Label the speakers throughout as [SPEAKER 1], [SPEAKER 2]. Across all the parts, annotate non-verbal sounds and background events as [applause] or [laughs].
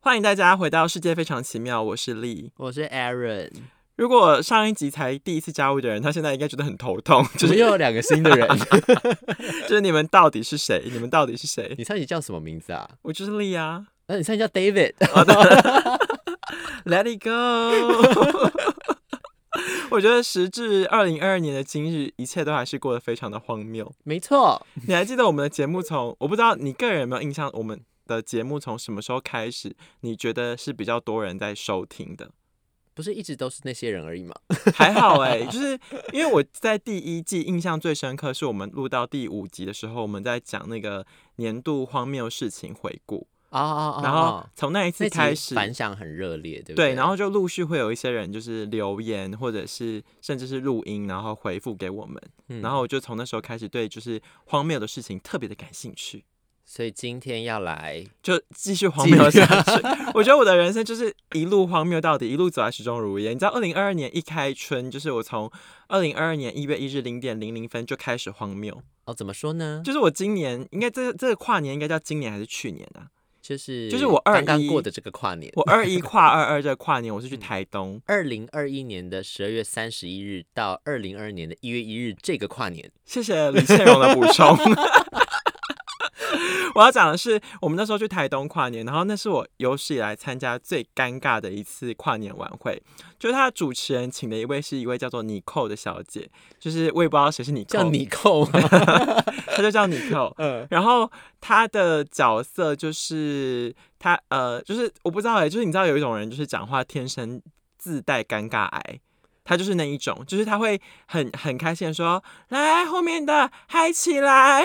[SPEAKER 1] 欢迎大家回到《世界非常奇妙》，我是丽。
[SPEAKER 2] 我是 Aaron，
[SPEAKER 1] 如果上一集才第一次加入的人，他现在应该觉得很头痛，就
[SPEAKER 2] 怎么
[SPEAKER 1] 是
[SPEAKER 2] 又有两个新
[SPEAKER 1] [laughs]
[SPEAKER 2] 的人？
[SPEAKER 1] 就是你们到底是谁？你们到底是谁？
[SPEAKER 2] 你上一集叫什么名字啊？
[SPEAKER 1] 我就是丽啊
[SPEAKER 2] 那、你上一集叫 David， [laughs]
[SPEAKER 1] ，Let it go 。 [laughs] 我觉得时至二零二二年的今日，一切都还是过得非常的荒谬。
[SPEAKER 2] 没错，
[SPEAKER 1] 你还记得我们的节目从我不知道你个人有没有印象，我们的节目从什么时候开始，你觉得是比较多人在收听的？
[SPEAKER 2] 不是一直都是那些人而已嘛。 [laughs]
[SPEAKER 1] 还好哎、就是因为我在第一季印象最深刻，是我们录到第五集的时候，我们在讲那个年度荒谬事情回顾，
[SPEAKER 2] 啊啊啊！
[SPEAKER 1] 然后从那一
[SPEAKER 2] 那
[SPEAKER 1] 次
[SPEAKER 2] 集
[SPEAKER 1] 开始，
[SPEAKER 2] 反响很热烈，对不对？
[SPEAKER 1] 对，然后就陆续会有一些人就是留言，或者是甚至是录音，然后回复给我们，
[SPEAKER 2] 嗯
[SPEAKER 1] 然后我就从那时候开始对就是荒谬的事情特别的感兴趣。
[SPEAKER 2] 所以今天要来，
[SPEAKER 1] 就继续荒
[SPEAKER 2] 继续
[SPEAKER 1] 谬下去。 [laughs] 我觉得我的人生就是一路荒谬到底，一路走来始终如一。你知道，二零二二年一开春，就是我从二零二二年一月一日零点零零分就开始荒谬。
[SPEAKER 2] 哦，怎么说呢？
[SPEAKER 1] 就是我今年应该这这个跨年应该叫今年还是去年啊？
[SPEAKER 2] 就是
[SPEAKER 1] 就是我21
[SPEAKER 2] 刚刚过的这个跨年，
[SPEAKER 1] 我二一跨二二这个跨年，我是
[SPEAKER 2] 嗯
[SPEAKER 1] 去台东。
[SPEAKER 2] 二零二一年的十二月三十一日到二零二二年的一月一日这个跨年，
[SPEAKER 1] 谢谢李倩蓉的补充。 [laughs] 我要讲的是，我们那时候去台东跨年，然后那是我有史以来参加最尴尬的一次跨年晚会。就是他的主持人请的一位是一位叫做尼寇的小姐，就是我也不知道谁是尼寇，
[SPEAKER 2] 叫你扣吗？
[SPEAKER 1] [laughs] 她就叫尼寇。
[SPEAKER 2] 嗯，
[SPEAKER 1] 然后她的角色就是她呃，就是我不知道哎、就是你知道有一种人就是讲话天生自带尴尬癌。她就是那一种，就是她会很很开心的说：“来，后面的嗨起来！”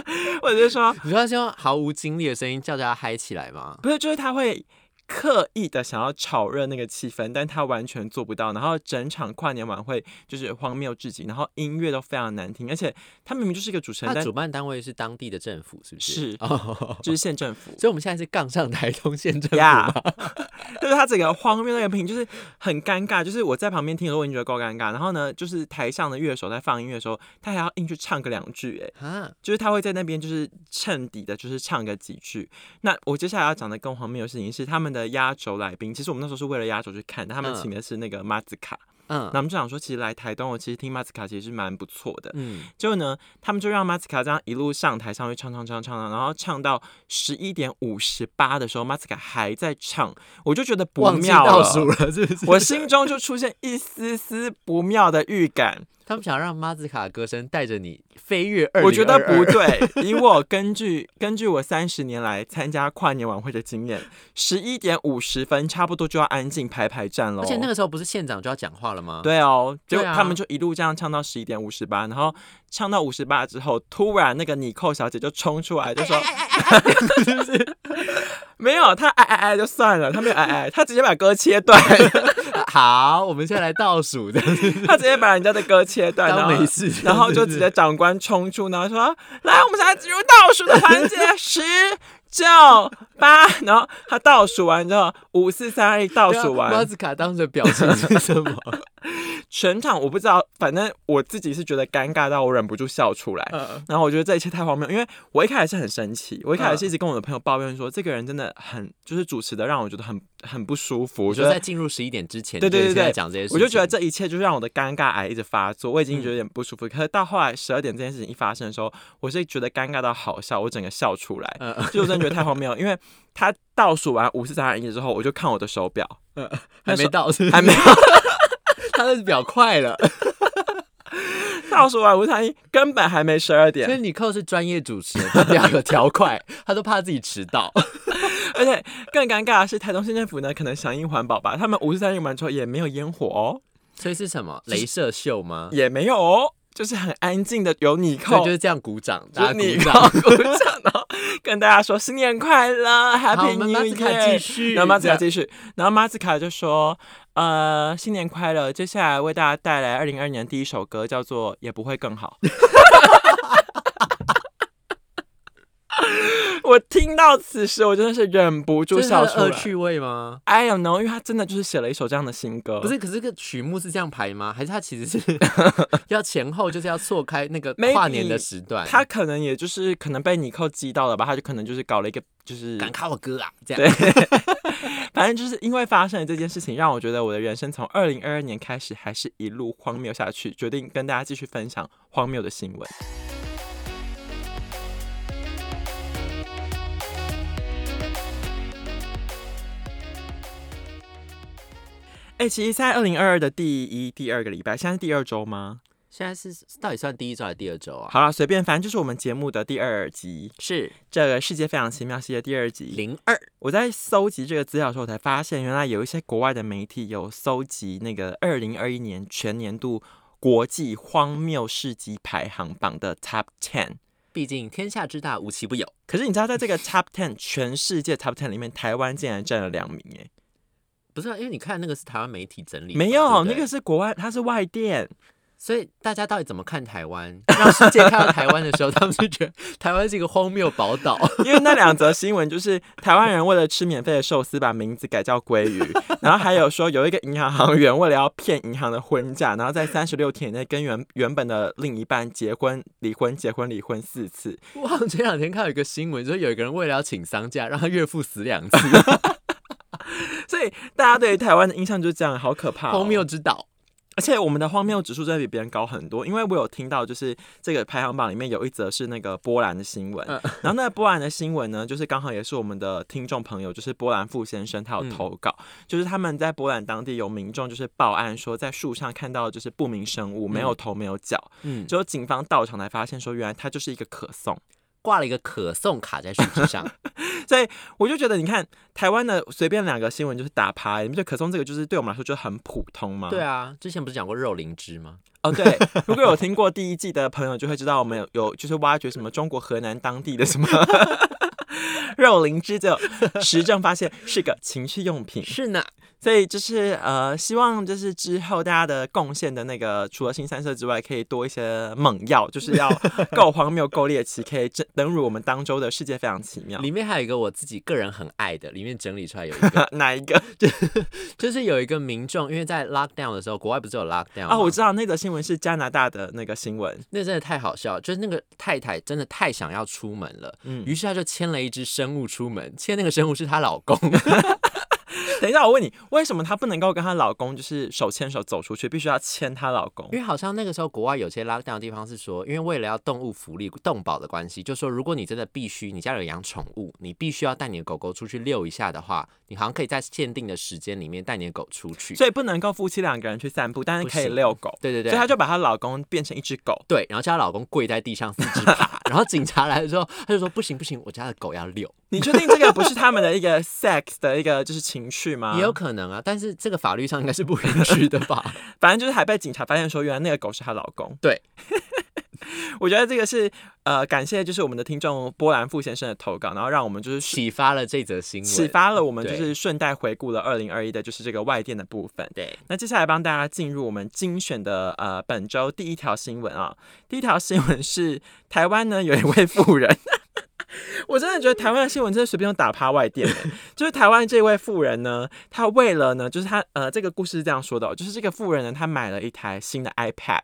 [SPEAKER 1] [laughs] 我就说
[SPEAKER 2] 你说他是用毫无精力的声音叫大家嗨起来吗：“？
[SPEAKER 1] 不是，就是她会刻意的想要炒热那个气氛，但她完全做不到。然后整场跨年晚会就是荒谬至极，然后音乐都非常难听，而且她明明就是一个主持人，
[SPEAKER 2] 他
[SPEAKER 1] 但
[SPEAKER 2] 主办单位是当地的政府，是不是？
[SPEAKER 1] 是
[SPEAKER 2] 哦， [laughs]
[SPEAKER 1] 就是县政府。”
[SPEAKER 2] 所以我们现在是杠上台东县政府
[SPEAKER 1] 呀
[SPEAKER 2] 吗
[SPEAKER 1] [laughs] 就是他整个荒谬那个品，就是很尴尬。就是我在旁边听的时候，我已经觉得够尴尬。然后呢，就是台上的乐手在放音乐的时候，他还要硬去唱个两句、哎，
[SPEAKER 2] [laughs] 啊，
[SPEAKER 1] 就是他会在那边就是衬底的，就是唱个几句。那我接下来要讲的更荒谬的事情是，他们的压轴来宾，其实我们那时候是为了压轴去看，但他们
[SPEAKER 2] 嗯
[SPEAKER 1] 请的是那个马子卡。
[SPEAKER 2] 嗯
[SPEAKER 1] 那我们就想说，其实来台东，我其实听马子卡其实是蛮不错的。
[SPEAKER 2] 嗯，
[SPEAKER 1] 结果呢，他们就让马斯卡这样一路上台上去唱唱唱唱唱，然后唱到十一点五十八的时候，马斯卡还在唱，我就觉得不
[SPEAKER 2] 忘记
[SPEAKER 1] 妙
[SPEAKER 2] 倒数
[SPEAKER 1] 了。
[SPEAKER 2] 了，是不是？
[SPEAKER 1] 我心中就出现一丝丝不妙的预感，
[SPEAKER 2] [laughs] 他们想让马子卡歌声带着你飞跃二，
[SPEAKER 1] 我觉得不，对。以我根据根据我三十年来参加跨年晚会的经验，十一点五十分差不多就要安静排排站了。
[SPEAKER 2] [laughs]
[SPEAKER 1] 哦
[SPEAKER 2] 而且那个时候不是县长就要讲话了吗？，
[SPEAKER 1] 对哦，就
[SPEAKER 2] 对啊
[SPEAKER 1] 他们就一路这样唱到十一点五十八，然后唱到五十八之后，突然那个妮蔻小姐就冲出来，就
[SPEAKER 2] 哎
[SPEAKER 1] 说， [laughs] 没有，她哎哎哎就算了，她没有哎哎，她直接把歌切
[SPEAKER 2] [laughs]
[SPEAKER 1] 断，
[SPEAKER 2] 啊好，我们现在来倒数的，
[SPEAKER 1] [laughs] 她直接把人家的歌切断，啊然
[SPEAKER 2] 当没
[SPEAKER 1] 后
[SPEAKER 2] 事，
[SPEAKER 1] 然后就直接长官冲出，然后说，来，我们现在进入倒数的环节，十。九八，然后她倒数完之后，五四三二一倒
[SPEAKER 2] 倒
[SPEAKER 1] 数
[SPEAKER 2] 啊马
[SPEAKER 1] 完，
[SPEAKER 2] 子卡当时的表情是什
[SPEAKER 1] [laughs]
[SPEAKER 2] 么？
[SPEAKER 1] 全场我不知道，反正我自己是觉得尴尬到我忍不住笑出来。
[SPEAKER 2] 嗯
[SPEAKER 1] 然后我觉得这一切太荒谬，因为我一开始是很生气，我一开始是一直跟我的朋友抱怨说，这个人真的很就是主持的让我觉得很很不舒服，我
[SPEAKER 2] 我
[SPEAKER 1] 觉
[SPEAKER 2] 就在
[SPEAKER 1] 得。
[SPEAKER 2] 进入十一点之前，
[SPEAKER 1] 对对
[SPEAKER 2] 就
[SPEAKER 1] 对
[SPEAKER 2] 是现在
[SPEAKER 1] 对
[SPEAKER 2] 讲这些事情，
[SPEAKER 1] 我就觉得这一切就是让我的尴尬癌一直发作，我已经觉得
[SPEAKER 2] 嗯
[SPEAKER 1] 有点不舒服。可是到后来十二点这件事情一发生的时候，我是觉得尴尬到好笑，我整个笑出来，
[SPEAKER 2] 嗯，
[SPEAKER 1] 就我真的觉得太荒谬了。因为他倒数完五四三二一之后，我就看我的手表，
[SPEAKER 2] 还没到，是不是
[SPEAKER 1] 还没有
[SPEAKER 2] [laughs] 他的表快
[SPEAKER 1] [laughs]
[SPEAKER 2] 了，
[SPEAKER 1] 倒数完五三一，根本还没十二点
[SPEAKER 2] 所以。你扣是专业主持人，他表有调快，他都怕自己迟到。
[SPEAKER 1] 而且更尴尬的是，台东县政府呢，可能响应环保吧，他们五四三一完之后也没有烟火哦。
[SPEAKER 2] 所以是什么？镭射秀吗？
[SPEAKER 1] 也没有哦，就是很安静的有你
[SPEAKER 2] 所以
[SPEAKER 1] 扣，
[SPEAKER 2] 就是这样鼓掌，
[SPEAKER 1] 就
[SPEAKER 2] 大
[SPEAKER 1] 是
[SPEAKER 2] 家
[SPEAKER 1] 你
[SPEAKER 2] 鼓
[SPEAKER 1] 扣
[SPEAKER 2] 掌。
[SPEAKER 1] [laughs] 鼓掌，然后跟大家说新年快乐
[SPEAKER 2] 好，我
[SPEAKER 1] ，Happy
[SPEAKER 2] 们
[SPEAKER 1] New
[SPEAKER 2] 马子卡继
[SPEAKER 1] Year。
[SPEAKER 2] 续，
[SPEAKER 1] 然后马子卡
[SPEAKER 2] 这样
[SPEAKER 1] 继续，然后马子卡就说：“呃，新年快乐！接下来为大家带来二零二年第一首歌，叫做《也不会更好》。 [laughs] 我听到此时，我真的是忍不住
[SPEAKER 2] 这是他
[SPEAKER 1] 笑
[SPEAKER 2] 的
[SPEAKER 1] 出
[SPEAKER 2] 恶
[SPEAKER 1] 来。
[SPEAKER 2] 趣味吗？
[SPEAKER 1] I don't know，因为他真的就是写了一首这样的新歌，
[SPEAKER 2] 不是，可是个曲目是这样排吗？还是他其实 [laughs] 是要前后就是要错开那个
[SPEAKER 1] Maybe
[SPEAKER 2] 跨年的时段？
[SPEAKER 1] 他可能也就是可能被尼寇激到了吧，他就可能就是搞了一个就是，
[SPEAKER 2] 敢卡我哥啊？这
[SPEAKER 1] 对
[SPEAKER 2] 样，
[SPEAKER 1] 反正就是因为发生了这件事情，让我觉得我的人生从二零二二年开始还是一路荒谬下去，决定跟大家继续分享荒谬的新闻。哎、其实，在二零二二的第一、第二个礼拜，现在是第二周吗？
[SPEAKER 2] 现在是到底算第一周还是第二周啊？
[SPEAKER 1] 好了，随便，反正就是我们节目的第二集，
[SPEAKER 2] 是
[SPEAKER 1] 这个《世界非常奇妙》系列第二集。
[SPEAKER 2] 零二，
[SPEAKER 1] 我在搜集这个资料的时候，我才发现原来有一些国外的媒体有搜集那个二零二一年全年度国际荒谬事迹排行榜的 Top Ten。
[SPEAKER 2] 毕竟天下之大无奇不有。
[SPEAKER 1] 可是你知道，在这个 Top
[SPEAKER 2] [laughs]
[SPEAKER 1] Ten 全世界 Top Ten 里面，台湾竟然占了两名诶，
[SPEAKER 2] 不是、啊，因为你看那个是台湾媒体整理的嘛，
[SPEAKER 1] 没有，
[SPEAKER 2] 对
[SPEAKER 1] 那
[SPEAKER 2] 不对
[SPEAKER 1] 个是国外，它是外电。
[SPEAKER 2] 所以大家到底怎么看台湾？让世界看到台湾的时候，他们就觉得台湾是一个荒谬宝岛。
[SPEAKER 1] 因为那两则新闻就是台湾人为了吃免费的寿司，把名字改叫鲑鱼，然后还有说有一个银行行员为了要骗银行的婚假，然后在三十六天以内跟原原本的另一半结婚、离婚、结婚、离婚四次。
[SPEAKER 2] [laughs] 我好像前两天看到一个新闻，说有一个人为了要请丧假，让他岳父死两次，
[SPEAKER 1] 所以大家对于台湾的印象就是这样，好可怕、哦
[SPEAKER 2] 荒谬。之岛。
[SPEAKER 1] 而且我们的荒谬指数真的比别人高很多，因为我有听到，就是这个排行榜里面有一则是那个波兰的新闻，
[SPEAKER 2] 嗯
[SPEAKER 1] 然后那个波兰的新闻呢，就是刚好也是我们的听众朋友，就是波兰富先生，
[SPEAKER 2] 嗯
[SPEAKER 1] 他有投稿，就是他们在波兰当地有民众就是报案说在树上看到就是不明生物，没有头没有脚，
[SPEAKER 2] 嗯，
[SPEAKER 1] 结果警方到场才发现说原来它就是一个可颂，
[SPEAKER 2] 挂了一个可颂卡在树枝上，
[SPEAKER 1] 所以我就觉得你看台湾的随便两个新闻就是打趴，你们觉得可颂这个就是对我们来说就很普通吗？
[SPEAKER 2] [laughs] 对啊，之前不是讲过肉灵芝吗？
[SPEAKER 1] 哦，对，如果有听过第一季的朋友，就会知道我们有有就是挖掘什么中国河南当地的什么 [laughs] 肉灵芝，就实证发现是个情趣用品。
[SPEAKER 2] 是呢，
[SPEAKER 1] 所以就是呃，希望就是之后大家的贡献的那个，除了新三色之外，可以多一些猛药，就是要够荒谬、够猎奇，可以真等入我们当周的世界非常奇妙。
[SPEAKER 2] 里面还有一个我自己个人很爱的，里面整理出来有一 [laughs] 个，
[SPEAKER 1] 哪一个
[SPEAKER 2] 就是有一个民众，因为在 lockdown 的时候，国外不是有 lockdown
[SPEAKER 1] 啊？我
[SPEAKER 2] 吗
[SPEAKER 1] 知道那则新闻是加拿大的那个新闻，
[SPEAKER 2] 那真的太好笑了，就是那个太太真的太想要出门了，
[SPEAKER 1] 嗯
[SPEAKER 2] 于是她就牵了一只生物出门，牵那个生物是她老公，
[SPEAKER 1] 等一下，我问你，为什么她不能够跟她老公就是手牵手走出去，必须要牵她老公
[SPEAKER 2] 因？为好像那个时候国外有些 lockdown 的地方是说，因为为了要动物福利、动保的关系，就说如果你真的必须，你家里有养宠物，你必须要带你的狗狗出去遛一下的话，你好像可以在限定的时间里面带你的狗出去。
[SPEAKER 1] 所以不能够夫妻两个人去散步，但是可以
[SPEAKER 2] 不行
[SPEAKER 1] 遛狗。
[SPEAKER 2] 对对
[SPEAKER 1] 所
[SPEAKER 2] 对，
[SPEAKER 1] 以她就把她老公变成一只狗，
[SPEAKER 2] 对，然后叫她老公跪在地上四肢爬， [laughs] 然后警察来的时候，他就说不行不行，我家的狗要遛，
[SPEAKER 1] 你确定这个不是他们的一个 sex 的一个就是情绪吗？
[SPEAKER 2] 也有，可能啊，但是这个法律上应该是不允许的吧？
[SPEAKER 1] [laughs] 反正就是还被警察发现说，原来那个狗是她老公。
[SPEAKER 2] 对，
[SPEAKER 1] [laughs] 我觉得这个是呃，感谢就是我们的听众波兰富先生的投稿，然后让我们就是
[SPEAKER 2] 启发了这则新闻，
[SPEAKER 1] 启发了我们，就
[SPEAKER 2] 对
[SPEAKER 1] 是顺带回顾了二零二一的，就是这个外电的部分。
[SPEAKER 2] 对，
[SPEAKER 1] 那接下来帮大家进入我们精选的呃本周第一条新闻啊、第一条新闻是台湾呢有一位富人， [laughs] 我真的觉得台湾的新闻真的随便用打趴外电、
[SPEAKER 2] [laughs]
[SPEAKER 1] 欸，就是台湾这位富人呢，他为了呢，就是他呃这个故事是这样说的、哦，就是这个富人呢，他买了一台新的 iPad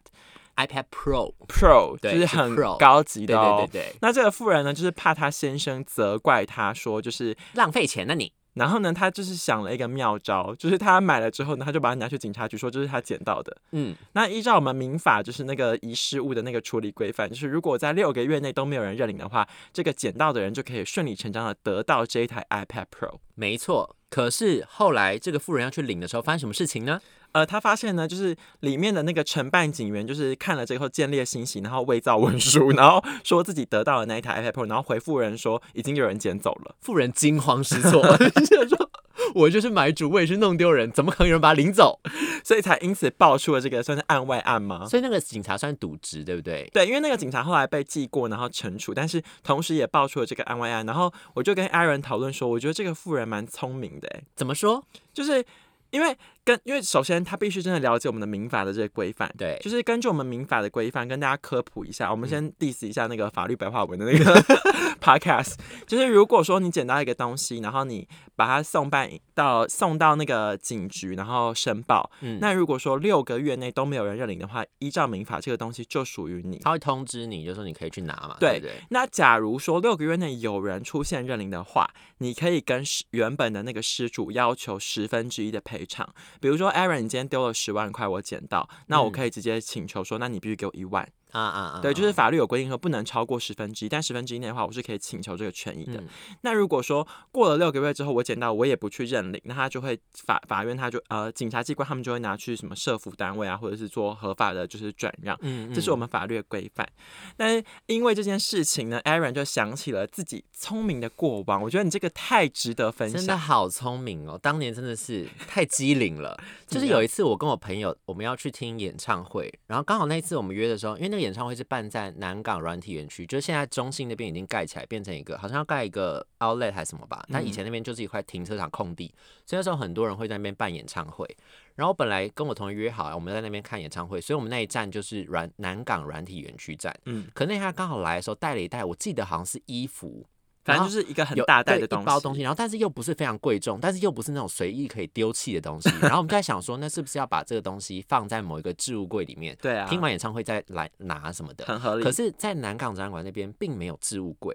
[SPEAKER 2] iPad Pro，
[SPEAKER 1] Pro，就
[SPEAKER 2] 对
[SPEAKER 1] 是
[SPEAKER 2] 是
[SPEAKER 1] 很
[SPEAKER 2] Pro，
[SPEAKER 1] 高级
[SPEAKER 2] 对
[SPEAKER 1] 的、
[SPEAKER 2] 对
[SPEAKER 1] 哦。
[SPEAKER 2] 对对，
[SPEAKER 1] 那这个富人呢，就是怕他先生责怪他说，就是
[SPEAKER 2] 浪费钱呢啊你。
[SPEAKER 1] 然后呢，他就是想了一个妙招，就是他买了之后呢，他就把它拿去警察局说这是他捡到的。
[SPEAKER 2] 嗯，
[SPEAKER 1] 那依照我们民法就是那个遗失物的那个处理规范，就是如果在六个月内都没有人认领的话，这个捡到的人就可以顺理成章的得到这一台 iPad Pro。
[SPEAKER 2] 没错。可是后来这个富人要去领的时候，发生什么事情呢？
[SPEAKER 1] 呃，他发现呢，就是里面的那个承办警员，就是看了这个后建立信息，然后伪造文书， [laughs] 然后说自己得到了那一台 iPad Pro，然后回复人说已经有人捡走了。
[SPEAKER 2] 富人惊慌失措， [laughs] 想说：“我就是买主，我也是弄丢人，怎么可能有人把它领走
[SPEAKER 1] 所以才因此爆出了这个算是案外案吗？”？
[SPEAKER 2] 所以那个警察算渎职，对不对？
[SPEAKER 1] 对，因为那个警察后来被记过，然后惩处，但是同时也爆出了这个案外案。然后我就跟 Aaron 讨论说，我觉得这个富人蛮聪明的，欸
[SPEAKER 2] 怎么说？
[SPEAKER 1] 就是因为跟因为首先他必须真的了解我们的民法的这些规范，
[SPEAKER 2] 对嗯
[SPEAKER 1] 就是根据我们民法的规范跟大家科普一下。我们先 diss 一下那个法律白话文的那
[SPEAKER 2] [laughs]
[SPEAKER 1] 个 [laughs] podcast，就是如果说你捡到一个东西，然后你把它送办到送到那个警局，然后申报，
[SPEAKER 2] 嗯
[SPEAKER 1] 那如果说六个月内都没有人认领的话，依照民法这个东西就属于你。
[SPEAKER 2] 他会通知你，就说你可以去拿嘛，
[SPEAKER 1] 对
[SPEAKER 2] 对不对？
[SPEAKER 1] 那假如说六个月内有人出现认领的话，你可以跟失原本的那个失主要求十分之一的赔偿。比如说，Aaron，你今天丢了十万块，我捡到，那我
[SPEAKER 2] 嗯
[SPEAKER 1] 可以直接请求说，那你必须给我一万。
[SPEAKER 2] 啊啊啊！
[SPEAKER 1] 对，就是
[SPEAKER 2] 啊
[SPEAKER 1] 法律有规定说不能超过十分之一，但十分之一内的话，我是可以请求这个权益的。
[SPEAKER 2] 嗯
[SPEAKER 1] 那如果说过了六个月之后，我捡到我也不去认领，那他就会法法院他就呃警察机关他们就会拿去什么社服单位啊，或者是做合法的就是转让。
[SPEAKER 2] 嗯，
[SPEAKER 1] 这是我们法律的规范。但是因为这件事情呢，Aaron 就想起了自己聪明的过往。我觉得你这个太值得分
[SPEAKER 2] 真的啊
[SPEAKER 1] 享。
[SPEAKER 2] 好聪明哦！当年真的是太机灵
[SPEAKER 1] [laughs]
[SPEAKER 2] 了。就是有一次，我跟我朋友我们要去听演唱会，然后刚好那一次我们约的时候，因为那个演唱会是办在南港软体园区，就是现在中信那边已经盖起来，变成一个好像要盖一个 outlet 还是什么吧。
[SPEAKER 1] 嗯
[SPEAKER 2] 但以前那边就是一块停车场空地，所以那时候很多人会在那边办演唱会。然后本来跟我同学约好，我们在那边看演唱会，所以我们那一站就是软南港软体园区站。
[SPEAKER 1] 嗯
[SPEAKER 2] 嗯，可那天他刚好来的时候带了一袋，我记得好像是衣服，
[SPEAKER 1] 反
[SPEAKER 2] 然
[SPEAKER 1] 正
[SPEAKER 2] 后
[SPEAKER 1] 就是一个很
[SPEAKER 2] 有
[SPEAKER 1] 大袋
[SPEAKER 2] 对
[SPEAKER 1] 的
[SPEAKER 2] 一包
[SPEAKER 1] 东
[SPEAKER 2] 东西，然后但是又不是非常贵重，但是又不是那种随意可以丢弃的东西。然后我们就在想说，那是不是要把这个东西放在某一个置物柜里面，
[SPEAKER 1] 对啊，
[SPEAKER 2] 听完演唱会再来拿什么的？
[SPEAKER 1] 很合理
[SPEAKER 2] 可。是，在南港展览馆那边并没有置物柜。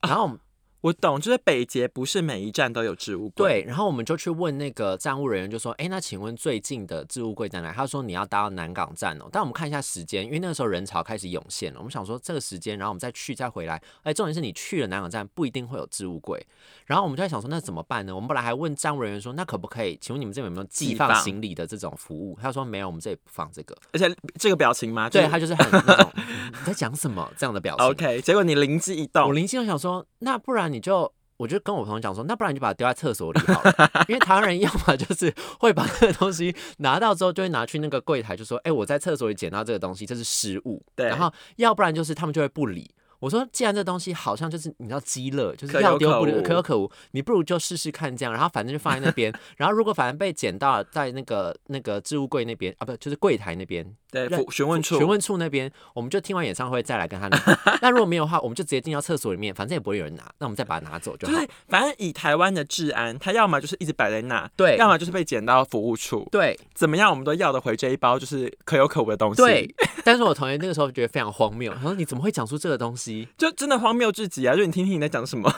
[SPEAKER 2] 然后我们、
[SPEAKER 1] 我懂，就是北捷不是每一站都有置物柜。
[SPEAKER 2] 对，然后我们就去问那个站务人员，就说：“哎，那请问最近的置物柜在哪？”他说：“你要搭到南港站哦。”但我们看一下时间，因为那个时候人潮开始涌现了。我们想说这个时间，然后我们再去再回来。哎，重点是你去了南港站不一定会有置物柜，然后我们就在想说，那怎么办呢？我们本来还问站务人员说，那可不可以？请问你们这边有没有
[SPEAKER 1] 寄
[SPEAKER 2] 寄放
[SPEAKER 1] 放
[SPEAKER 2] 行李的这种服务？他说没有，我们这里不放这个。
[SPEAKER 1] 而且这个表情嘛，就
[SPEAKER 2] 对
[SPEAKER 1] 是
[SPEAKER 2] 他就是很那种嗯你在讲什么这样的表情。
[SPEAKER 1] OK。结果你灵机一
[SPEAKER 2] 我
[SPEAKER 1] 动，
[SPEAKER 2] 灵机就想说，那不然你就。我就跟我朋友讲说，那不然你就把它丢在厕所里好了， [laughs] 因为台湾人要么就是会把这个东西拿到之后，就会拿去那个柜台，就说：“哎、我在厕所里捡到这个东西，这是失误。”
[SPEAKER 1] 对
[SPEAKER 2] 然后要不然就是他们就会不理。我说，既然这东西好像就是你知道鸡肋，就是
[SPEAKER 1] 可有
[SPEAKER 2] 要丢不
[SPEAKER 1] 可
[SPEAKER 2] 丢
[SPEAKER 1] 无
[SPEAKER 2] 可有可无，你不如就试试看这样，然后反正就放在那边， [laughs] 然后如果反正被捡到了，在那个那个置物柜那边啊，不就是柜台那边，
[SPEAKER 1] 对，
[SPEAKER 2] 认
[SPEAKER 1] 询询问处，
[SPEAKER 2] 询问处那边，我们就听完演唱会再来跟他 [laughs] 拿。那如果没有的话，我们就直接进到厕所里面，反正也不会有人拿，那我们再把它拿走就
[SPEAKER 1] 就
[SPEAKER 2] 好。
[SPEAKER 1] 是反正以台湾的治安，它要么就是一直摆在那，
[SPEAKER 2] 对
[SPEAKER 1] 要么就是被捡到服务处，
[SPEAKER 2] 对
[SPEAKER 1] 怎么样我们都要得回这一包就是可有可无的东西。
[SPEAKER 2] 对，但是我同学那个时候觉得非常荒谬，他说你怎么会讲出这个东西？
[SPEAKER 1] 就真的荒谬至极啊！就你听听你在讲什么，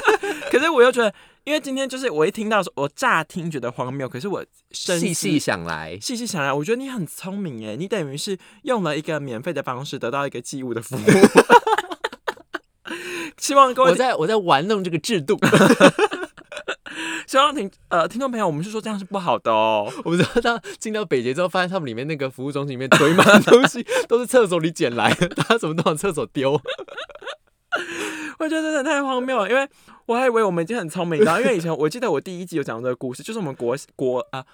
[SPEAKER 1] [laughs] 可是我又觉得，因为今天就是我一听到，我乍听觉得荒谬，可是我深
[SPEAKER 2] 细
[SPEAKER 1] 思
[SPEAKER 2] 细想来，
[SPEAKER 1] 细细想来，我觉得你很聪明哎，你等于是用了一个免费的方式得到一个寄物的服务。 [laughs] 希望各
[SPEAKER 2] 我
[SPEAKER 1] 位，
[SPEAKER 2] 在我在玩弄这个制度，
[SPEAKER 1] 希望听呃听众朋友，我们是说这样是不好的哦。
[SPEAKER 2] 我知道进到北捷之后，发现他们里面那个服务中心里面堆满的东西都是厕所里捡来的，大家怎么都往厕所丢？
[SPEAKER 1] 我觉得真的太荒谬了，因为我还以为我们已经很聪明了，因为以前我记得我第一集有讲过这个故事，就是我们国国啊。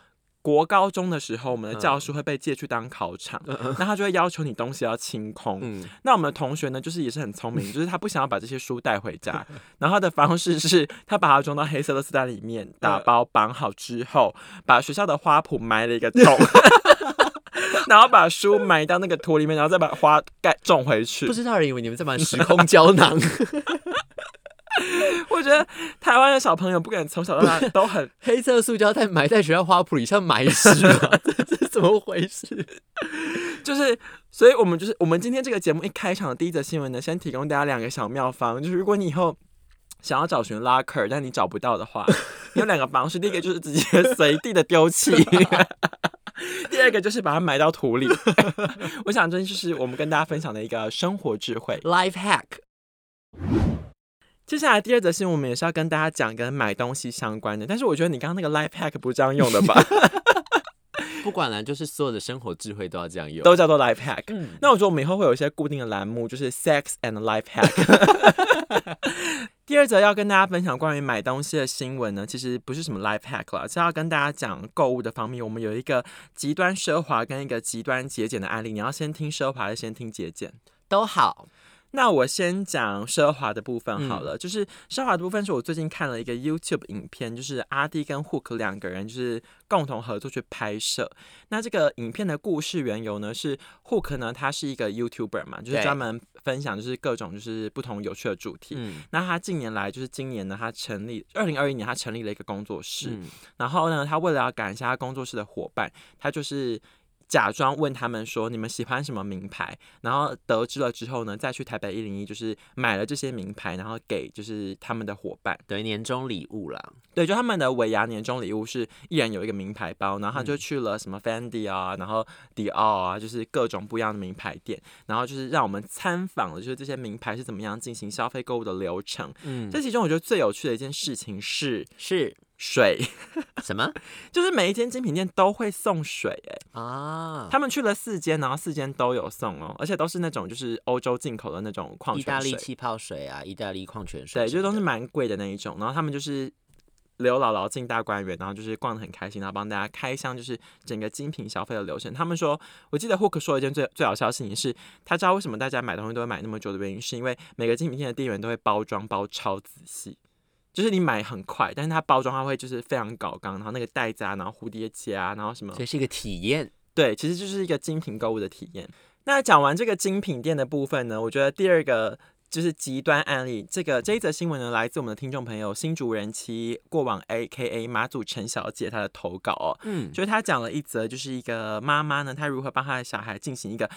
[SPEAKER 1] 国高中的时候，我们的教室会被借去当考场，那他就会要求你东西要清空。
[SPEAKER 2] 嗯，
[SPEAKER 1] 那我们的同学呢，就是也是很聪明，就是他不想要把这些书带回家，然后他的方式是他把它装到黑色的丝带里面，打包绑好之后，把学校的花圃埋了一个洞， [laughs] 然后把书埋到那个土里面，然后再把花盖种回去。
[SPEAKER 2] 不知道人以为你们在玩时 [laughs] 空胶囊，
[SPEAKER 1] 我觉得台湾的小朋友不管从小到大都很
[SPEAKER 2] 黑色塑胶袋埋在学校花圃里，像埋尸啊， [laughs] 这这怎么回事？
[SPEAKER 1] 就是，所以我们就是我们今天这个节目一开场的第一则新闻呢，先提供大家两个小妙方，就是如果你以后想要找寻 locker，但你找不到的话，你有两个方式，第一个就是直接随地的丢弃。 [laughs] 第二个就是把它埋到土里， [laughs] 我想这就是我们跟大家分享的一个生活智慧。
[SPEAKER 2] Life hack，
[SPEAKER 1] 接下来第二则新闻，我们也是要跟大家讲跟买东西相关的，但是我觉得你刚刚那个 life hack 不是这样用的吧？ [laughs]
[SPEAKER 2] 不管啦，就是所有的生活智慧都要这样嗯用。
[SPEAKER 1] 都叫做 life hack。那我觉得我们以后会有一些固定的栏目，就是 sex and life hack。第 [laughs] 二则要跟大家分享关于买东西的新闻呢，其实不是什么 life hack 了，是要跟大家讲购物的方面。我们有一个极端奢华跟一个极端节俭的案例，你要先听奢华，还是先听节俭？
[SPEAKER 2] 都好，
[SPEAKER 1] 那我先讲奢华的部分
[SPEAKER 2] 嗯
[SPEAKER 1] 好了，就是奢华的部分是我最近看了一个 YouTube 影片，就是阿弟跟 Hook 两个人就是共同合作去拍摄。那这个影片的故事缘由呢是 Hook 呢他是一个 YouTuber 嘛，就是
[SPEAKER 2] 对
[SPEAKER 1] 专门分享就是各种就是不同有趣的主题。
[SPEAKER 2] 嗯
[SPEAKER 1] 那他近年来就是今年呢，他成立二零二一年他成立了一个工作室，
[SPEAKER 2] 嗯
[SPEAKER 1] 然后呢，他为了要感谢他工作室的伙伴，他就是假装问他们说你们喜欢什么名牌，然后得知了之后呢，再去台北一零一就是买了这些名牌，然后给就是他们的伙伴，
[SPEAKER 2] 对，年终礼物啦，
[SPEAKER 1] 对，就他们的尾牙年终礼物是一人有一个名牌包，然后他就去了什么 Fendi 啊，然后迪奥啊，就是各种不一样的名牌店，然后就是让我们参访了，就是这些名牌是怎么样进行消费购物的流程。
[SPEAKER 2] 嗯，
[SPEAKER 1] 这其中我觉得最有趣的一件事情是
[SPEAKER 2] 是
[SPEAKER 1] 水，
[SPEAKER 2] 什么
[SPEAKER 1] 就是每一间精品店都会送水、欸，
[SPEAKER 2] 啊？
[SPEAKER 1] 他们去了四间，然后四间都有送哦，而且都是那种就是欧洲进口的那种矿
[SPEAKER 2] 意大
[SPEAKER 1] 泉
[SPEAKER 2] 利
[SPEAKER 1] 水，
[SPEAKER 2] 气泡水啊，意大利矿泉水什么
[SPEAKER 1] 对，
[SPEAKER 2] 的，
[SPEAKER 1] 就都是蛮贵的那一种。然后他们就是刘姥姥进大观园，然后就是逛得很开心，然后帮大家开箱，就是整个精品消费的流程。他们说，我记得 Hook 说了一件最最好笑的事情是，他知道为什么大家买东西都会买那么久的原因，是因为每个精品店的店员都会包装包超仔细。就是你买很快，但是它包装它会就是非常搞刚，然后那个袋子啊，然后蝴蝶结啊，然后什么
[SPEAKER 2] 所以是一个体验。
[SPEAKER 1] 对，其实就是一个精品购物的体验。那讲完这个精品店的部分呢，我觉得第二个就是极端案例。这个这一则新闻呢，来自我们的听众朋友新竹人妻过往 A K A 马祖陈小姐她的投稿哦，
[SPEAKER 2] 嗯，
[SPEAKER 1] 就是她讲了一则，就是一个妈妈呢，她如何帮她的小孩进行一个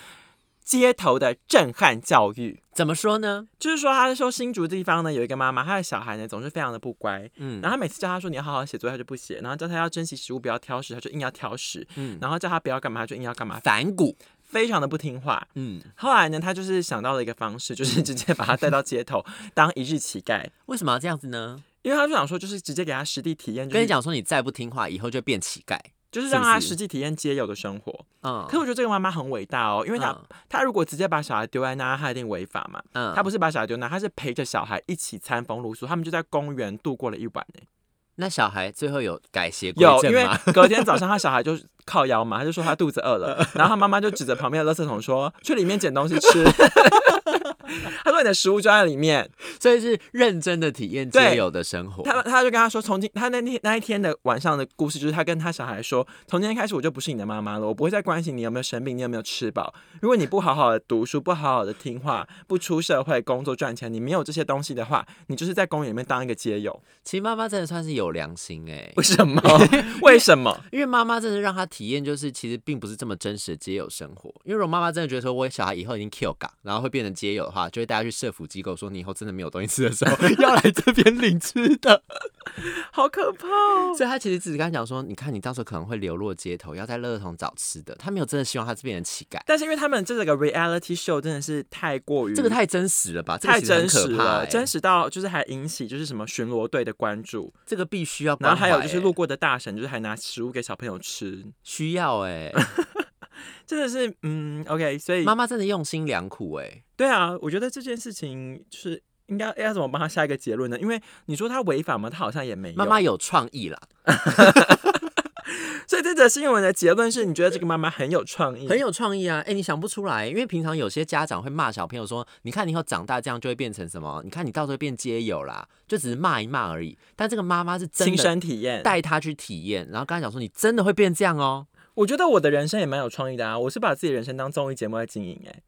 [SPEAKER 1] 街头的震撼教育。
[SPEAKER 2] 怎么说呢？
[SPEAKER 1] 就是说，她说新竹地方呢有一个妈妈，她的小孩呢总是非常的不乖，
[SPEAKER 2] 嗯
[SPEAKER 1] 然后他每次叫他说你要好好写作业，他就不写；然后叫他要珍惜食物，不要挑食，他就硬要挑食；
[SPEAKER 2] 嗯
[SPEAKER 1] 然后叫他不要干嘛，他就硬要干嘛，
[SPEAKER 2] 反骨，
[SPEAKER 1] 非常的不听话。
[SPEAKER 2] 嗯，
[SPEAKER 1] 后来呢，他就是想到了一个方式，就是直接把他带到街头当一日乞丐，
[SPEAKER 2] 为什么要这样子呢？
[SPEAKER 1] 因为他就想说，就是直接给他实地体验，就
[SPEAKER 2] 跟你
[SPEAKER 1] 是
[SPEAKER 2] 讲说，你再不听话，以后就变乞丐。
[SPEAKER 1] 就是
[SPEAKER 2] 是不
[SPEAKER 1] 让他
[SPEAKER 2] 是
[SPEAKER 1] 实际体验街友的生活。
[SPEAKER 2] 嗯，
[SPEAKER 1] 可我觉得这个妈妈很伟大哦，因为她她如果直接把小孩丢在那，她一定违法嘛。
[SPEAKER 2] 嗯，
[SPEAKER 1] 她不是把小孩丢那，她是陪着小孩一起餐风露宿，他们就在公园度过了一晚呢。欸
[SPEAKER 2] 那小孩最后有改邪归
[SPEAKER 1] 有，因
[SPEAKER 2] 正
[SPEAKER 1] 为
[SPEAKER 2] 吗？ [laughs]
[SPEAKER 1] 隔天早上他小孩就靠腰嘛，他就说他肚子饿
[SPEAKER 2] 嗯
[SPEAKER 1] 了， [laughs] 然后他妈妈就指着旁边的垃圾桶说：“去里面捡东西吃。” [laughs] 他说：“你的食物就在里面。
[SPEAKER 2] 所以是认真的体验
[SPEAKER 1] 对
[SPEAKER 2] 街友的生活。
[SPEAKER 1] 他他就跟他说：“从今他那天那一天的晚上的故事，就是他跟他小孩说，从今天开始我就不是你的妈妈了，我不会再关心你有没有生病，你有没有吃饱。如果你不好好的读书，不好好的听话，不出社会工作赚钱，你没有这些东西的话，你就是在公园里面当一个街友。
[SPEAKER 2] 其实妈妈真的算是有良心哎、
[SPEAKER 1] [laughs] 为什么？ [laughs] 为什么？
[SPEAKER 2] 因为妈妈真的让他体验，就是其实并不是这么真实的街友生活。因为如果妈妈真的觉得说，我小孩以后已经 Q 港，然后会变成街友的话，就会带他去社福机构，说你以后真的没有东西吃的时 [laughs] 候，要来这边领吃的。
[SPEAKER 1] [laughs] 好可怕、哦！
[SPEAKER 2] 所以他其实只是跟他讲说，你看你到时候可能会流落街头，要在垃圾桶找吃的。他没有真的希望他变成乞丐，
[SPEAKER 1] 但是因为他们这个 reality show 真的是太过于
[SPEAKER 2] 这个太真实了吧？这个
[SPEAKER 1] 太
[SPEAKER 2] 其实很
[SPEAKER 1] 真实
[SPEAKER 2] 可怕
[SPEAKER 1] 了，
[SPEAKER 2] 欸
[SPEAKER 1] 真实到就是还引起就是什么巡逻队的关注，
[SPEAKER 2] 这个必须要关
[SPEAKER 1] 然
[SPEAKER 2] 怀欸。
[SPEAKER 1] 后还有就是路过的大神就是还拿食物给小朋友吃，
[SPEAKER 2] 需要 [laughs] 哎、
[SPEAKER 1] 真的是嗯 OK，所以
[SPEAKER 2] 妈妈真的用心良苦哎、
[SPEAKER 1] 对啊，我觉得这件事情就是应该要怎么帮他下一个结论呢？因为你说他违法吗？他好像也没有。
[SPEAKER 2] 妈妈有创意啦，
[SPEAKER 1] 所以这则新闻的结论是你觉得这个妈妈很有创意，
[SPEAKER 2] 很有创意啊！哎、你想不出来，因为平常有些家长会骂小朋友说：“你看你以后长大这样就会变成什么？你看你到时候变街友啦，就只是骂一骂而已。”但这个妈妈是真
[SPEAKER 1] 亲
[SPEAKER 2] 的
[SPEAKER 1] 身体验。
[SPEAKER 2] 带他去体验，然后跟他讲说：“你真的会变这样哦。
[SPEAKER 1] 我觉得我的人生也蛮有创意的啊，我是把自己人生当综艺节目在经营哎、”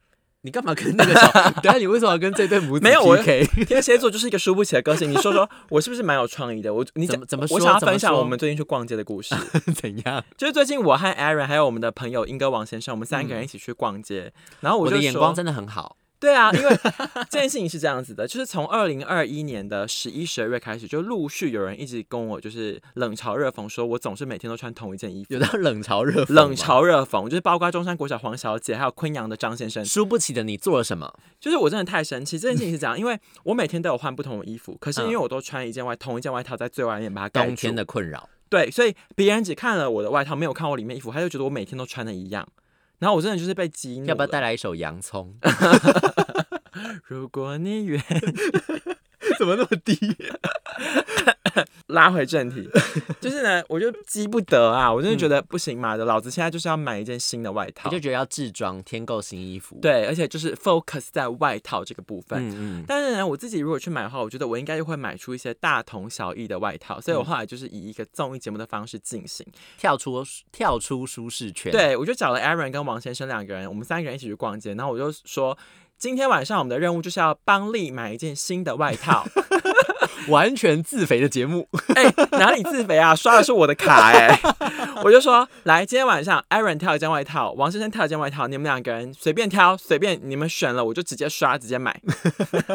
[SPEAKER 2] 你干嘛跟那
[SPEAKER 1] [laughs]
[SPEAKER 2] 个小？等一下你为什么要跟这对母子
[SPEAKER 1] 没有我 [laughs]
[SPEAKER 2] PK？
[SPEAKER 1] 天蝎座就是一个输不起的个性，你说说我是不是蛮有创意的？我你讲
[SPEAKER 2] 怎么怎么
[SPEAKER 1] 我
[SPEAKER 2] 说
[SPEAKER 1] 想要
[SPEAKER 2] 怎么
[SPEAKER 1] 分享
[SPEAKER 2] 说
[SPEAKER 1] 我们最近去逛街的故事，
[SPEAKER 2] [laughs] 怎样？
[SPEAKER 1] 就是最近我和 Aaron 还有我们的朋友英哥王先生，我们三个人一起去逛街，然后
[SPEAKER 2] 嗯我
[SPEAKER 1] 我就
[SPEAKER 2] 的眼光
[SPEAKER 1] 说
[SPEAKER 2] 真的很好。
[SPEAKER 1] 对啊，因为这件事情是这样子的，就是从二零二一年的十一、十二月开始，就陆续有人一直跟我就是冷嘲热讽，说我总是每天都穿同一件衣服
[SPEAKER 2] 有，到冷嘲热讽吗
[SPEAKER 1] 冷，嘲热讽，就是包括中山国小黄小姐，还有昆阳的张先生，
[SPEAKER 2] 输不起的你做了什么？
[SPEAKER 1] 就是我真的太生气，这件事情是这样，因为我每天都有换不同的衣服，可是因为我都穿一件外同一件外套在最外面把它盖
[SPEAKER 2] 嗯冬
[SPEAKER 1] 住
[SPEAKER 2] 天，的困扰，
[SPEAKER 1] 对，所以别人只看了我的外套，没有看我里面衣服，他就觉得我每天都穿的一样。然后我真的就是被激怒了。
[SPEAKER 2] 要不要带来一首
[SPEAKER 1] [laughs]
[SPEAKER 2] 洋葱？
[SPEAKER 1] 如果你愿，
[SPEAKER 2] 怎么那么低？
[SPEAKER 1] 拉回正
[SPEAKER 2] [laughs]
[SPEAKER 1] 题，就是呢，我就积不得啊，我真的觉得不行嘛的，老子现在就是要买一件新的外套
[SPEAKER 2] 我嗯就。觉得要制装，添购新衣服。，
[SPEAKER 1] 对，而且就是 focus 在外套这个部分。
[SPEAKER 2] 嗯嗯，
[SPEAKER 1] 但是呢，我自己如果去买的话，我觉得我应该就会买出一些大同小异的外套，所以
[SPEAKER 2] 嗯
[SPEAKER 1] 我后来就是以一个综艺节目的方式进行。
[SPEAKER 2] 跳出跳出舒适圈。，
[SPEAKER 1] 对，我就找了 Aaron 跟王先生两个人，我们三个人一起去逛街，然后我就说，今天晚上我们的任务就是要帮丽买一件新的外套。
[SPEAKER 2] 完全自肥的节目。
[SPEAKER 1] 哎、哪里自肥啊？刷的是我的卡哎、 [laughs] 我就说，来，今天晚上 Aaron 挑一件外套，王先生挑一件外套，你们两个人随便挑，随便你们选了，我就直接刷，直接买。 [laughs]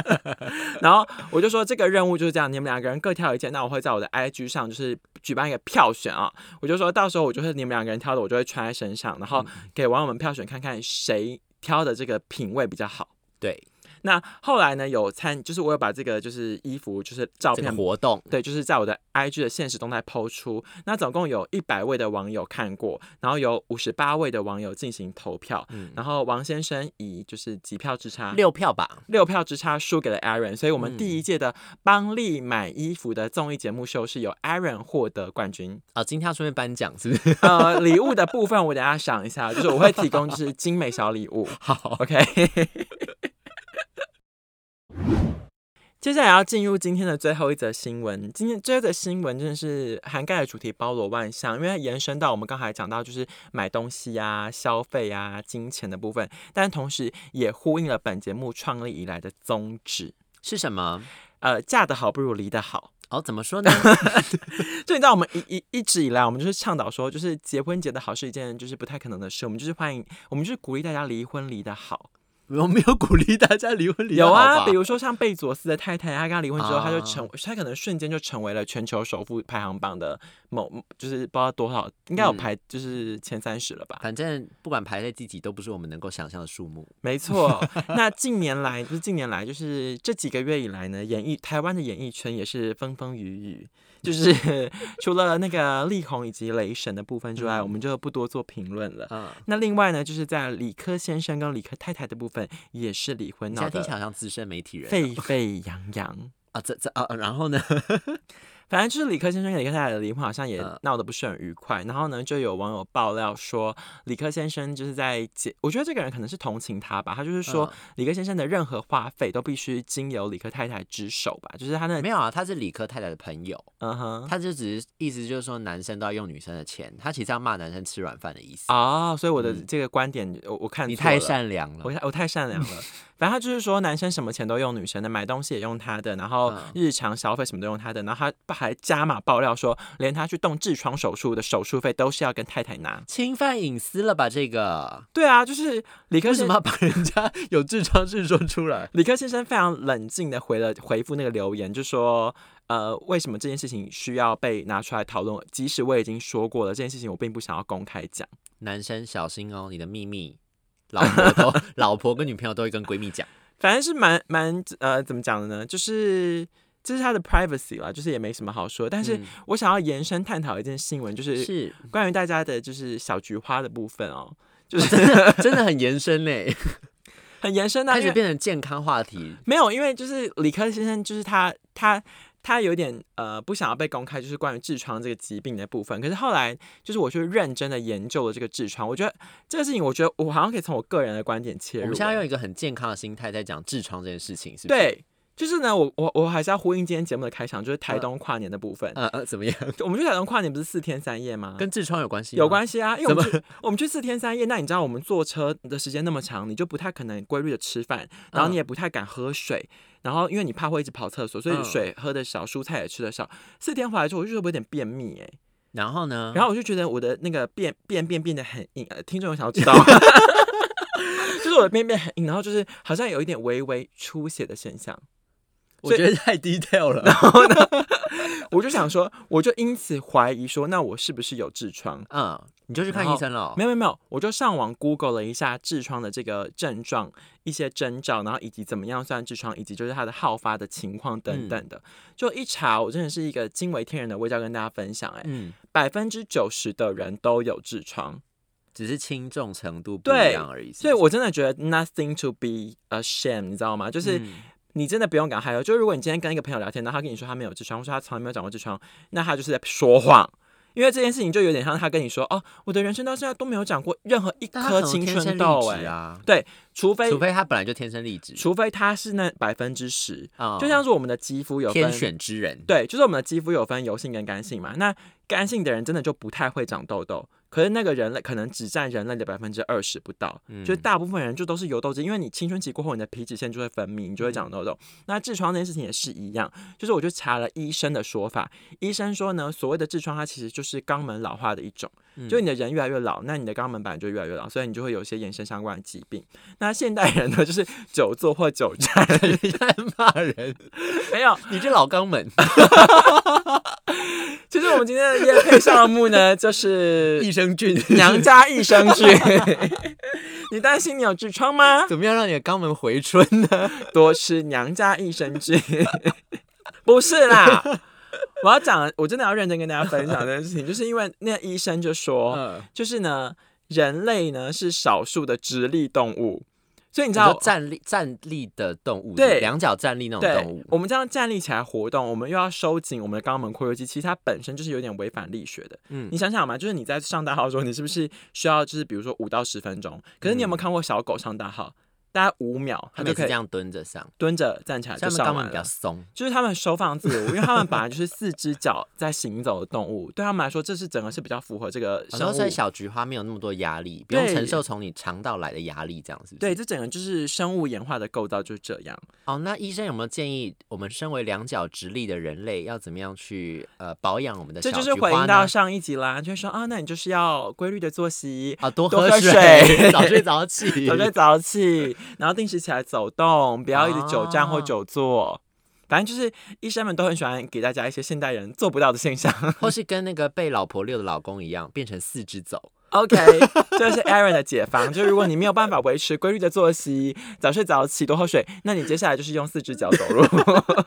[SPEAKER 1] 然后我就说，这个任务就是这样，你们两个人各挑一件，那我会在我的 IG 上就是举办一个票选啊。我就说到时候我就是你们两个人挑的，我就会穿在身上，然后给网友们票选，看看谁挑的这个品味比较好。
[SPEAKER 2] [laughs] 对，
[SPEAKER 1] 那后来呢？有参，就是我有把这个就是衣服，就是照
[SPEAKER 2] 这个
[SPEAKER 1] 片
[SPEAKER 2] 活动
[SPEAKER 1] 对，就是在我的 IG 的现实动态抛出，那总共有一百位的网友看过，然后有五十八位的网友进行投票，
[SPEAKER 2] 嗯
[SPEAKER 1] 然后王先生以就是几票之差。
[SPEAKER 2] 六票吧。
[SPEAKER 1] 六票之差输给了 Aaron，所以我们
[SPEAKER 2] 嗯
[SPEAKER 1] 第一届的帮丽买衣服的综艺节目秀是由 Aaron 获得冠
[SPEAKER 2] [laughs]
[SPEAKER 1] 军。
[SPEAKER 2] 啊、今天要顺便颁奖是不是？
[SPEAKER 1] 呃，礼物的部分我等一下想一下，就是我会提供就是精美小礼物。
[SPEAKER 2] [laughs] 好，
[SPEAKER 1] OK，接下来要进入今天的最后一则新闻。今天最后一则新闻真的是涵盖的主题包罗万象，因为它延伸到我们刚才讲到就是买东西啊、消费啊、金钱的部分，但同时也呼应了本节目创立以来的宗旨。
[SPEAKER 2] 是什么？
[SPEAKER 1] 呃，嫁得好不如离得好。
[SPEAKER 2] 哦，怎么说 [laughs] 呢？
[SPEAKER 1] 就你知道，我们一一一直以来，我们就是倡导说，就是结婚结得好是一件就是不太可能的事，我们就是欢迎，我们就是鼓励大家离婚离得好。
[SPEAKER 2] 我没有鼓励大家离婚离得
[SPEAKER 1] 有
[SPEAKER 2] 好
[SPEAKER 1] 啊，
[SPEAKER 2] 吧
[SPEAKER 1] 比如说像贝佐斯的太太，她跟他离婚之后，她就
[SPEAKER 2] 啊
[SPEAKER 1] 成，她可能瞬间就成为了全球首富排行榜的某，就是不知道多少，应该有
[SPEAKER 2] 嗯
[SPEAKER 1] 排就是前三十了
[SPEAKER 2] [laughs]
[SPEAKER 1] 吧？
[SPEAKER 2] 反正不管排在第几，都不是我们能够想象的数目。
[SPEAKER 1] 没错。那近年来，不是近年来，就是这几个月以来呢，演艺台湾的演艺圈也是风风雨雨，就是 [laughs] 除了那个力宏以及雷神的部分之外，我们就不多做评论了。
[SPEAKER 2] 嗯，
[SPEAKER 1] 那另外呢，就是在理科先生跟理科太太的部分，也是离婚
[SPEAKER 2] 你
[SPEAKER 1] 闹
[SPEAKER 2] 现在听起来
[SPEAKER 1] 得
[SPEAKER 2] 好像资深媒体人
[SPEAKER 1] 沸沸扬扬。
[SPEAKER 2] 啊，这这啊，啊然 [laughs] 后呢？
[SPEAKER 1] 反正就是理科先生跟理科太太的离婚好像也
[SPEAKER 2] 嗯
[SPEAKER 1] 闹得不是很愉快，然后呢，就有网友爆料说，理科先生就是在结，我觉得这个人可能是同情他吧，他就是说
[SPEAKER 2] 嗯
[SPEAKER 1] 理科先生的任何花费都必须经由理科太太之手吧，就是他那
[SPEAKER 2] 没有啊，他是理科太太的朋友，
[SPEAKER 1] 嗯哼
[SPEAKER 2] 他就只是意思就是说男生都要用女生的钱，他其实要骂男生吃软饭的意思。
[SPEAKER 1] 哦，所以我的
[SPEAKER 2] 嗯
[SPEAKER 1] 这个观点我我看
[SPEAKER 2] 你
[SPEAKER 1] 错
[SPEAKER 2] 太
[SPEAKER 1] 了
[SPEAKER 2] 善良
[SPEAKER 1] 我
[SPEAKER 2] 啊了，
[SPEAKER 1] 太我太善
[SPEAKER 2] [laughs]
[SPEAKER 1] 良了，反正他就是说，男生什么钱都用女生的，买东西也用他的，然后
[SPEAKER 2] 嗯
[SPEAKER 1] 日常消费什么都用他的，然后他还加码爆料说，连他去动痔疮手术的手术费都是要跟太太拿。
[SPEAKER 2] 侵犯隐私了吧？这个
[SPEAKER 1] 对啊，就是理科先
[SPEAKER 2] 为什么要把人家有痔疮事说出来？
[SPEAKER 1] 理科先生非常冷静的回了回复那个留言，就说。呃，为什么这件事情需要被拿出来讨论？即使我已经说过了，这件事情我并不想要公开讲。
[SPEAKER 2] [laughs] 男生小心哦，你的秘密，老婆
[SPEAKER 1] [laughs]
[SPEAKER 2] 都老婆跟女朋友都会跟闺蜜讲。
[SPEAKER 1] 反正是蛮蛮呃，怎么讲的呢？就是这是他的 privacy 啦，就是也没什么好说。但是
[SPEAKER 2] 嗯
[SPEAKER 1] 我想要延伸探讨一件新闻，就是 [laughs]
[SPEAKER 2] 是，
[SPEAKER 1] 关于大家的就是小菊花的部分哦，就是
[SPEAKER 2] 真的很延伸嘞，
[SPEAKER 1] [laughs] 很延伸的、
[SPEAKER 2] [laughs]
[SPEAKER 1] 啊
[SPEAKER 2] 开
[SPEAKER 1] 因
[SPEAKER 2] 始
[SPEAKER 1] 为
[SPEAKER 2] 变成健康话题。
[SPEAKER 1] 没有，因为就是理科先生，就是他他他有点呃不想要被公开，就是关于痔疮这个疾病的部分。可是后来就是我去认真的研究了这个痔疮，我觉得这个事情，我觉得我好像可以从我个人的观点切入。
[SPEAKER 2] 我们现在用一个很健康的心态在讲痔疮这件事情，是不是？，
[SPEAKER 1] 对。就是呢，我我我还是要呼应今天节目的开场，就是台东跨年的部分。
[SPEAKER 2] 呃呃，怎么样？
[SPEAKER 1] 我们去台东跨年不是四天三夜吗？
[SPEAKER 2] 跟痔疮有关系？
[SPEAKER 1] 嗯有。关系啊，因为我们
[SPEAKER 2] 怎
[SPEAKER 1] 去我们去四天三夜，那你知道我们坐车的时间那么长，你就不太可能规律的吃饭，然
[SPEAKER 2] 嗯
[SPEAKER 1] 后你也不太敢喝水，然后因为你怕会一直跑厕所，所以
[SPEAKER 2] 嗯
[SPEAKER 1] 水喝的少，蔬菜也吃的少。四天回来之后，我就觉得我有点便秘哎、
[SPEAKER 2] 然后呢？
[SPEAKER 1] 然后我就觉得我的那个便便便变得很硬，呃，听众有想要知
[SPEAKER 2] [laughs]
[SPEAKER 1] 道。 [laughs] 就是我的便便很硬，然后就是好像有一点微微出血的现象，
[SPEAKER 2] 我觉得太
[SPEAKER 1] [laughs]
[SPEAKER 2] detail 了。
[SPEAKER 1] 我就想说，我就因此怀疑说，那我是不是有痔疮？
[SPEAKER 2] 嗯，你就去看
[SPEAKER 1] 然
[SPEAKER 2] 医
[SPEAKER 1] 后
[SPEAKER 2] 生了哦。
[SPEAKER 1] 没有没有没有，我就上网 Google 了一下痔疮的这个症状、一些征兆，然后以及怎么样算痔疮，以及就是它的好发的情况等等的。
[SPEAKER 2] 嗯
[SPEAKER 1] 就一查，我真的是一个惊为天人的味道跟大家分享、哎、
[SPEAKER 2] 嗯，
[SPEAKER 1] 百分之九十的人都有痔疮，
[SPEAKER 2] 只是轻重程度不
[SPEAKER 1] 对
[SPEAKER 2] 一样而已。是
[SPEAKER 1] 所以
[SPEAKER 2] 不
[SPEAKER 1] 我真的觉得 nothing to be ashamed，你知道吗？就是是
[SPEAKER 2] 嗯
[SPEAKER 1] 你真的不用感到害羞。就是如果你今天跟一个朋友聊天，然后他跟你说他没有痔疮，或者他从来没有长过痔疮，那他就是在说谎。因为这件事情就有点像他跟你说：“哦，我的人生到现在都没有长过任何一
[SPEAKER 2] 但他
[SPEAKER 1] 颗
[SPEAKER 2] 可能
[SPEAKER 1] 青
[SPEAKER 2] 天
[SPEAKER 1] 春
[SPEAKER 2] 生
[SPEAKER 1] 痘、
[SPEAKER 2] 丽
[SPEAKER 1] 欸，
[SPEAKER 2] 质啊，
[SPEAKER 1] 除非
[SPEAKER 2] 除非他本来就天生丽质，
[SPEAKER 1] 除非他是那百分之十，
[SPEAKER 2] 啊
[SPEAKER 1] 就像是我们的肌肤有
[SPEAKER 2] 天
[SPEAKER 1] 分
[SPEAKER 2] 选之人，
[SPEAKER 1] 对，就是我们的肌肤有分油性跟干性嘛。那干性的人真的就不太会长痘痘，可是那个人类可能只占人类的百分之二十不到，
[SPEAKER 2] 嗯
[SPEAKER 1] 就是大部分人就都是油痘肌，因为你青春期过后，你的皮脂腺就会分泌，你就会长痘痘。那痔疮这件事情也是一样，就是我就查了医生的说法，医生说呢，所谓的痔疮它其实就是肛门老化的一种，就你的人越来越老，那你的肛门板就越来越老，所以你就会有一些衍生相关的疾病。那现代人呢，就是久坐或久站，
[SPEAKER 2] [laughs] 在骂人，
[SPEAKER 1] 没有，
[SPEAKER 2] 你这老肛门，
[SPEAKER 1] 其实我们今天的夜配项目呢， [laughs] 就是
[SPEAKER 2] [laughs] 益生菌，
[SPEAKER 1] 娘家益生 [laughs] 菌。你担心你有痔疮吗？
[SPEAKER 2] [laughs] 怎么样让你的肛门回春
[SPEAKER 1] [laughs]
[SPEAKER 2] 呢？
[SPEAKER 1] 多吃娘家益生 [laughs] 菌。不是 [laughs] 啦，我要讲，我真的要认真跟大家分享这件事 [laughs] 情，就是因为那个医生就说，
[SPEAKER 2] 嗯，
[SPEAKER 1] 就是呢，人类呢是少数的直立动物，所以你知
[SPEAKER 2] 你知道
[SPEAKER 1] 道。
[SPEAKER 2] 站立站立的动物，
[SPEAKER 1] 对
[SPEAKER 2] 两脚站立那种
[SPEAKER 1] 对
[SPEAKER 2] 动物，
[SPEAKER 1] 我们这样站立起来活动，我们又要收紧我们的肛门括约肌，其实它本身就是有点违反力学的。
[SPEAKER 2] 嗯
[SPEAKER 1] 你想想嘛，就是你在上大号的时候，你是不是需要就是比如说五到十分钟？可是你有没有看过小狗上大号？大概五秒，它就
[SPEAKER 2] 他每次
[SPEAKER 1] 可
[SPEAKER 2] 这
[SPEAKER 1] 以
[SPEAKER 2] 样蹲着上，
[SPEAKER 1] 蹲着站起来就
[SPEAKER 2] 所以他们
[SPEAKER 1] 上
[SPEAKER 2] 肛门
[SPEAKER 1] 完
[SPEAKER 2] 比较
[SPEAKER 1] 了。
[SPEAKER 2] 松，
[SPEAKER 1] 就是它们收放自如，因为它们本来就是四只脚在行走的动物， [laughs] 对它们来说，这是整个是比较符合这个
[SPEAKER 2] 然
[SPEAKER 1] 生
[SPEAKER 2] 后所以
[SPEAKER 1] 物。
[SPEAKER 2] 小菊花没有那么多压力，不用
[SPEAKER 1] 对
[SPEAKER 2] 承受从你肠道来的压力，这样是不是？
[SPEAKER 1] 对，这整个就是生物演化的构造就是这样。
[SPEAKER 2] 哦，那医生有没有建议我们身为两脚直立的人类要怎么样去呃保养我们的小
[SPEAKER 1] 这
[SPEAKER 2] 菊
[SPEAKER 1] 就
[SPEAKER 2] 花呢？
[SPEAKER 1] 是回应到上一集啦，就是说啊，那你就是要规律的作息，
[SPEAKER 2] [laughs] 啊，多
[SPEAKER 1] 多
[SPEAKER 2] 喝
[SPEAKER 1] 喝
[SPEAKER 2] 水，
[SPEAKER 1] 水
[SPEAKER 2] [laughs] 早睡早起，
[SPEAKER 1] 早睡早
[SPEAKER 2] [laughs]
[SPEAKER 1] 起，然后定时起来走动，不要一直久站或
[SPEAKER 2] 啊
[SPEAKER 1] 久坐。反正就是医生们都很喜欢给大家一些现代人做不到的现象。
[SPEAKER 2] 或是跟那个被老婆遛的老公一样，变成四肢走。
[SPEAKER 1] OK，这 [laughs] 是 Aaron 的解方。就如果你没有办法维持规律的作息，早睡早起，多喝水，那你接下来就是用四只脚走路。 [laughs]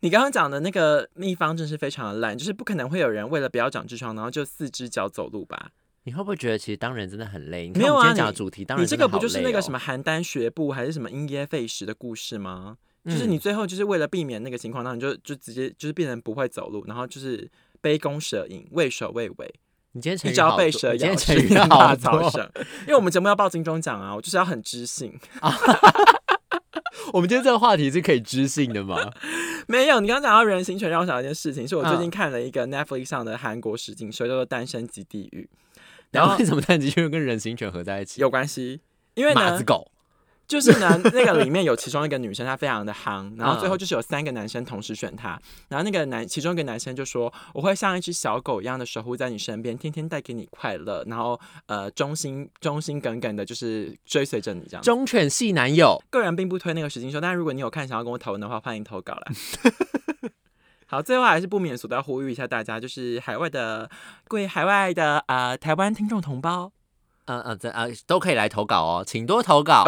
[SPEAKER 1] 你刚刚讲的那个秘方真是非常的烂，就是不可能会有人为了不要长痔疮，然后就四只脚走路吧？你
[SPEAKER 2] 你会不会觉得其实当人真的很累？你
[SPEAKER 1] 没
[SPEAKER 2] 看
[SPEAKER 1] 有
[SPEAKER 2] 我
[SPEAKER 1] 啊
[SPEAKER 2] 们今天讲
[SPEAKER 1] 你
[SPEAKER 2] 的主题，当
[SPEAKER 1] 你
[SPEAKER 2] 然
[SPEAKER 1] 这
[SPEAKER 2] 真
[SPEAKER 1] 个
[SPEAKER 2] 的
[SPEAKER 1] 不
[SPEAKER 2] 好
[SPEAKER 1] 就是
[SPEAKER 2] 累
[SPEAKER 1] 那个
[SPEAKER 2] 哦
[SPEAKER 1] 什么？邯郸学步还是什么因噎废食的故事吗？就是
[SPEAKER 2] 嗯
[SPEAKER 1] 你最后就是为了避免那个情况，然后你就就直接就是变成不会走路，然后就是杯弓蛇影、畏首畏尾，
[SPEAKER 2] 你今天成
[SPEAKER 1] 一
[SPEAKER 2] 语
[SPEAKER 1] 朝
[SPEAKER 2] 好
[SPEAKER 1] 被
[SPEAKER 2] 多
[SPEAKER 1] 蛇
[SPEAKER 2] 你今
[SPEAKER 1] 咬，
[SPEAKER 2] 天成
[SPEAKER 1] 十
[SPEAKER 2] 语
[SPEAKER 1] 年
[SPEAKER 2] 好
[SPEAKER 1] 怕草
[SPEAKER 2] 多。
[SPEAKER 1] 绳。因为我们节目要报金钟奖啊，我就是要很知性。
[SPEAKER 2] 我们今天这个话题是可以知性 [laughs] 的吗？
[SPEAKER 1] 没有，你刚刚讲到人形犬，让我想到一件事情，是我最近
[SPEAKER 2] 嗯
[SPEAKER 1] 看了一个 Netflix 上的韩国实景秀，叫做《单身即地狱》，然
[SPEAKER 2] 然后
[SPEAKER 1] 后
[SPEAKER 2] 为什么单极圈跟人形犬合在一起？
[SPEAKER 1] 有关系，因为
[SPEAKER 2] 马
[SPEAKER 1] 呢
[SPEAKER 2] 子，狗，
[SPEAKER 1] 就是呢，那个里面有其中一个女生，她非常的夯，然后最后
[SPEAKER 2] 嗯
[SPEAKER 1] 就是有三个男生同时选她，然后那个男其中一个男生就说：“我会像一只小狗一样的守护在你身边，天天带给你快乐，然后呃忠心忠心耿耿的，就是追随着你这样。”
[SPEAKER 2] 忠犬系男友。
[SPEAKER 1] 个人并不推那个实境秀，但如果你有看想要跟我讨论的话，欢迎投稿啦。好，最后还是不免俗的要呼吁一下大家，就是海外的各位海外的呃台湾听众同胞，
[SPEAKER 2] 嗯嗯，这啊都可以来投稿哦，请多投 [laughs] 稿。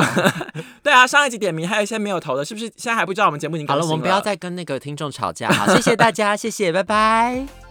[SPEAKER 1] 对啊，上一集点名还有一些没有投的，是不是现在还不知道我们节目已经
[SPEAKER 2] 好
[SPEAKER 1] 更
[SPEAKER 2] 了，
[SPEAKER 1] 新
[SPEAKER 2] 我们不要
[SPEAKER 1] 了
[SPEAKER 2] 再跟那个听众吵架。好，谢谢大家，谢谢，拜拜。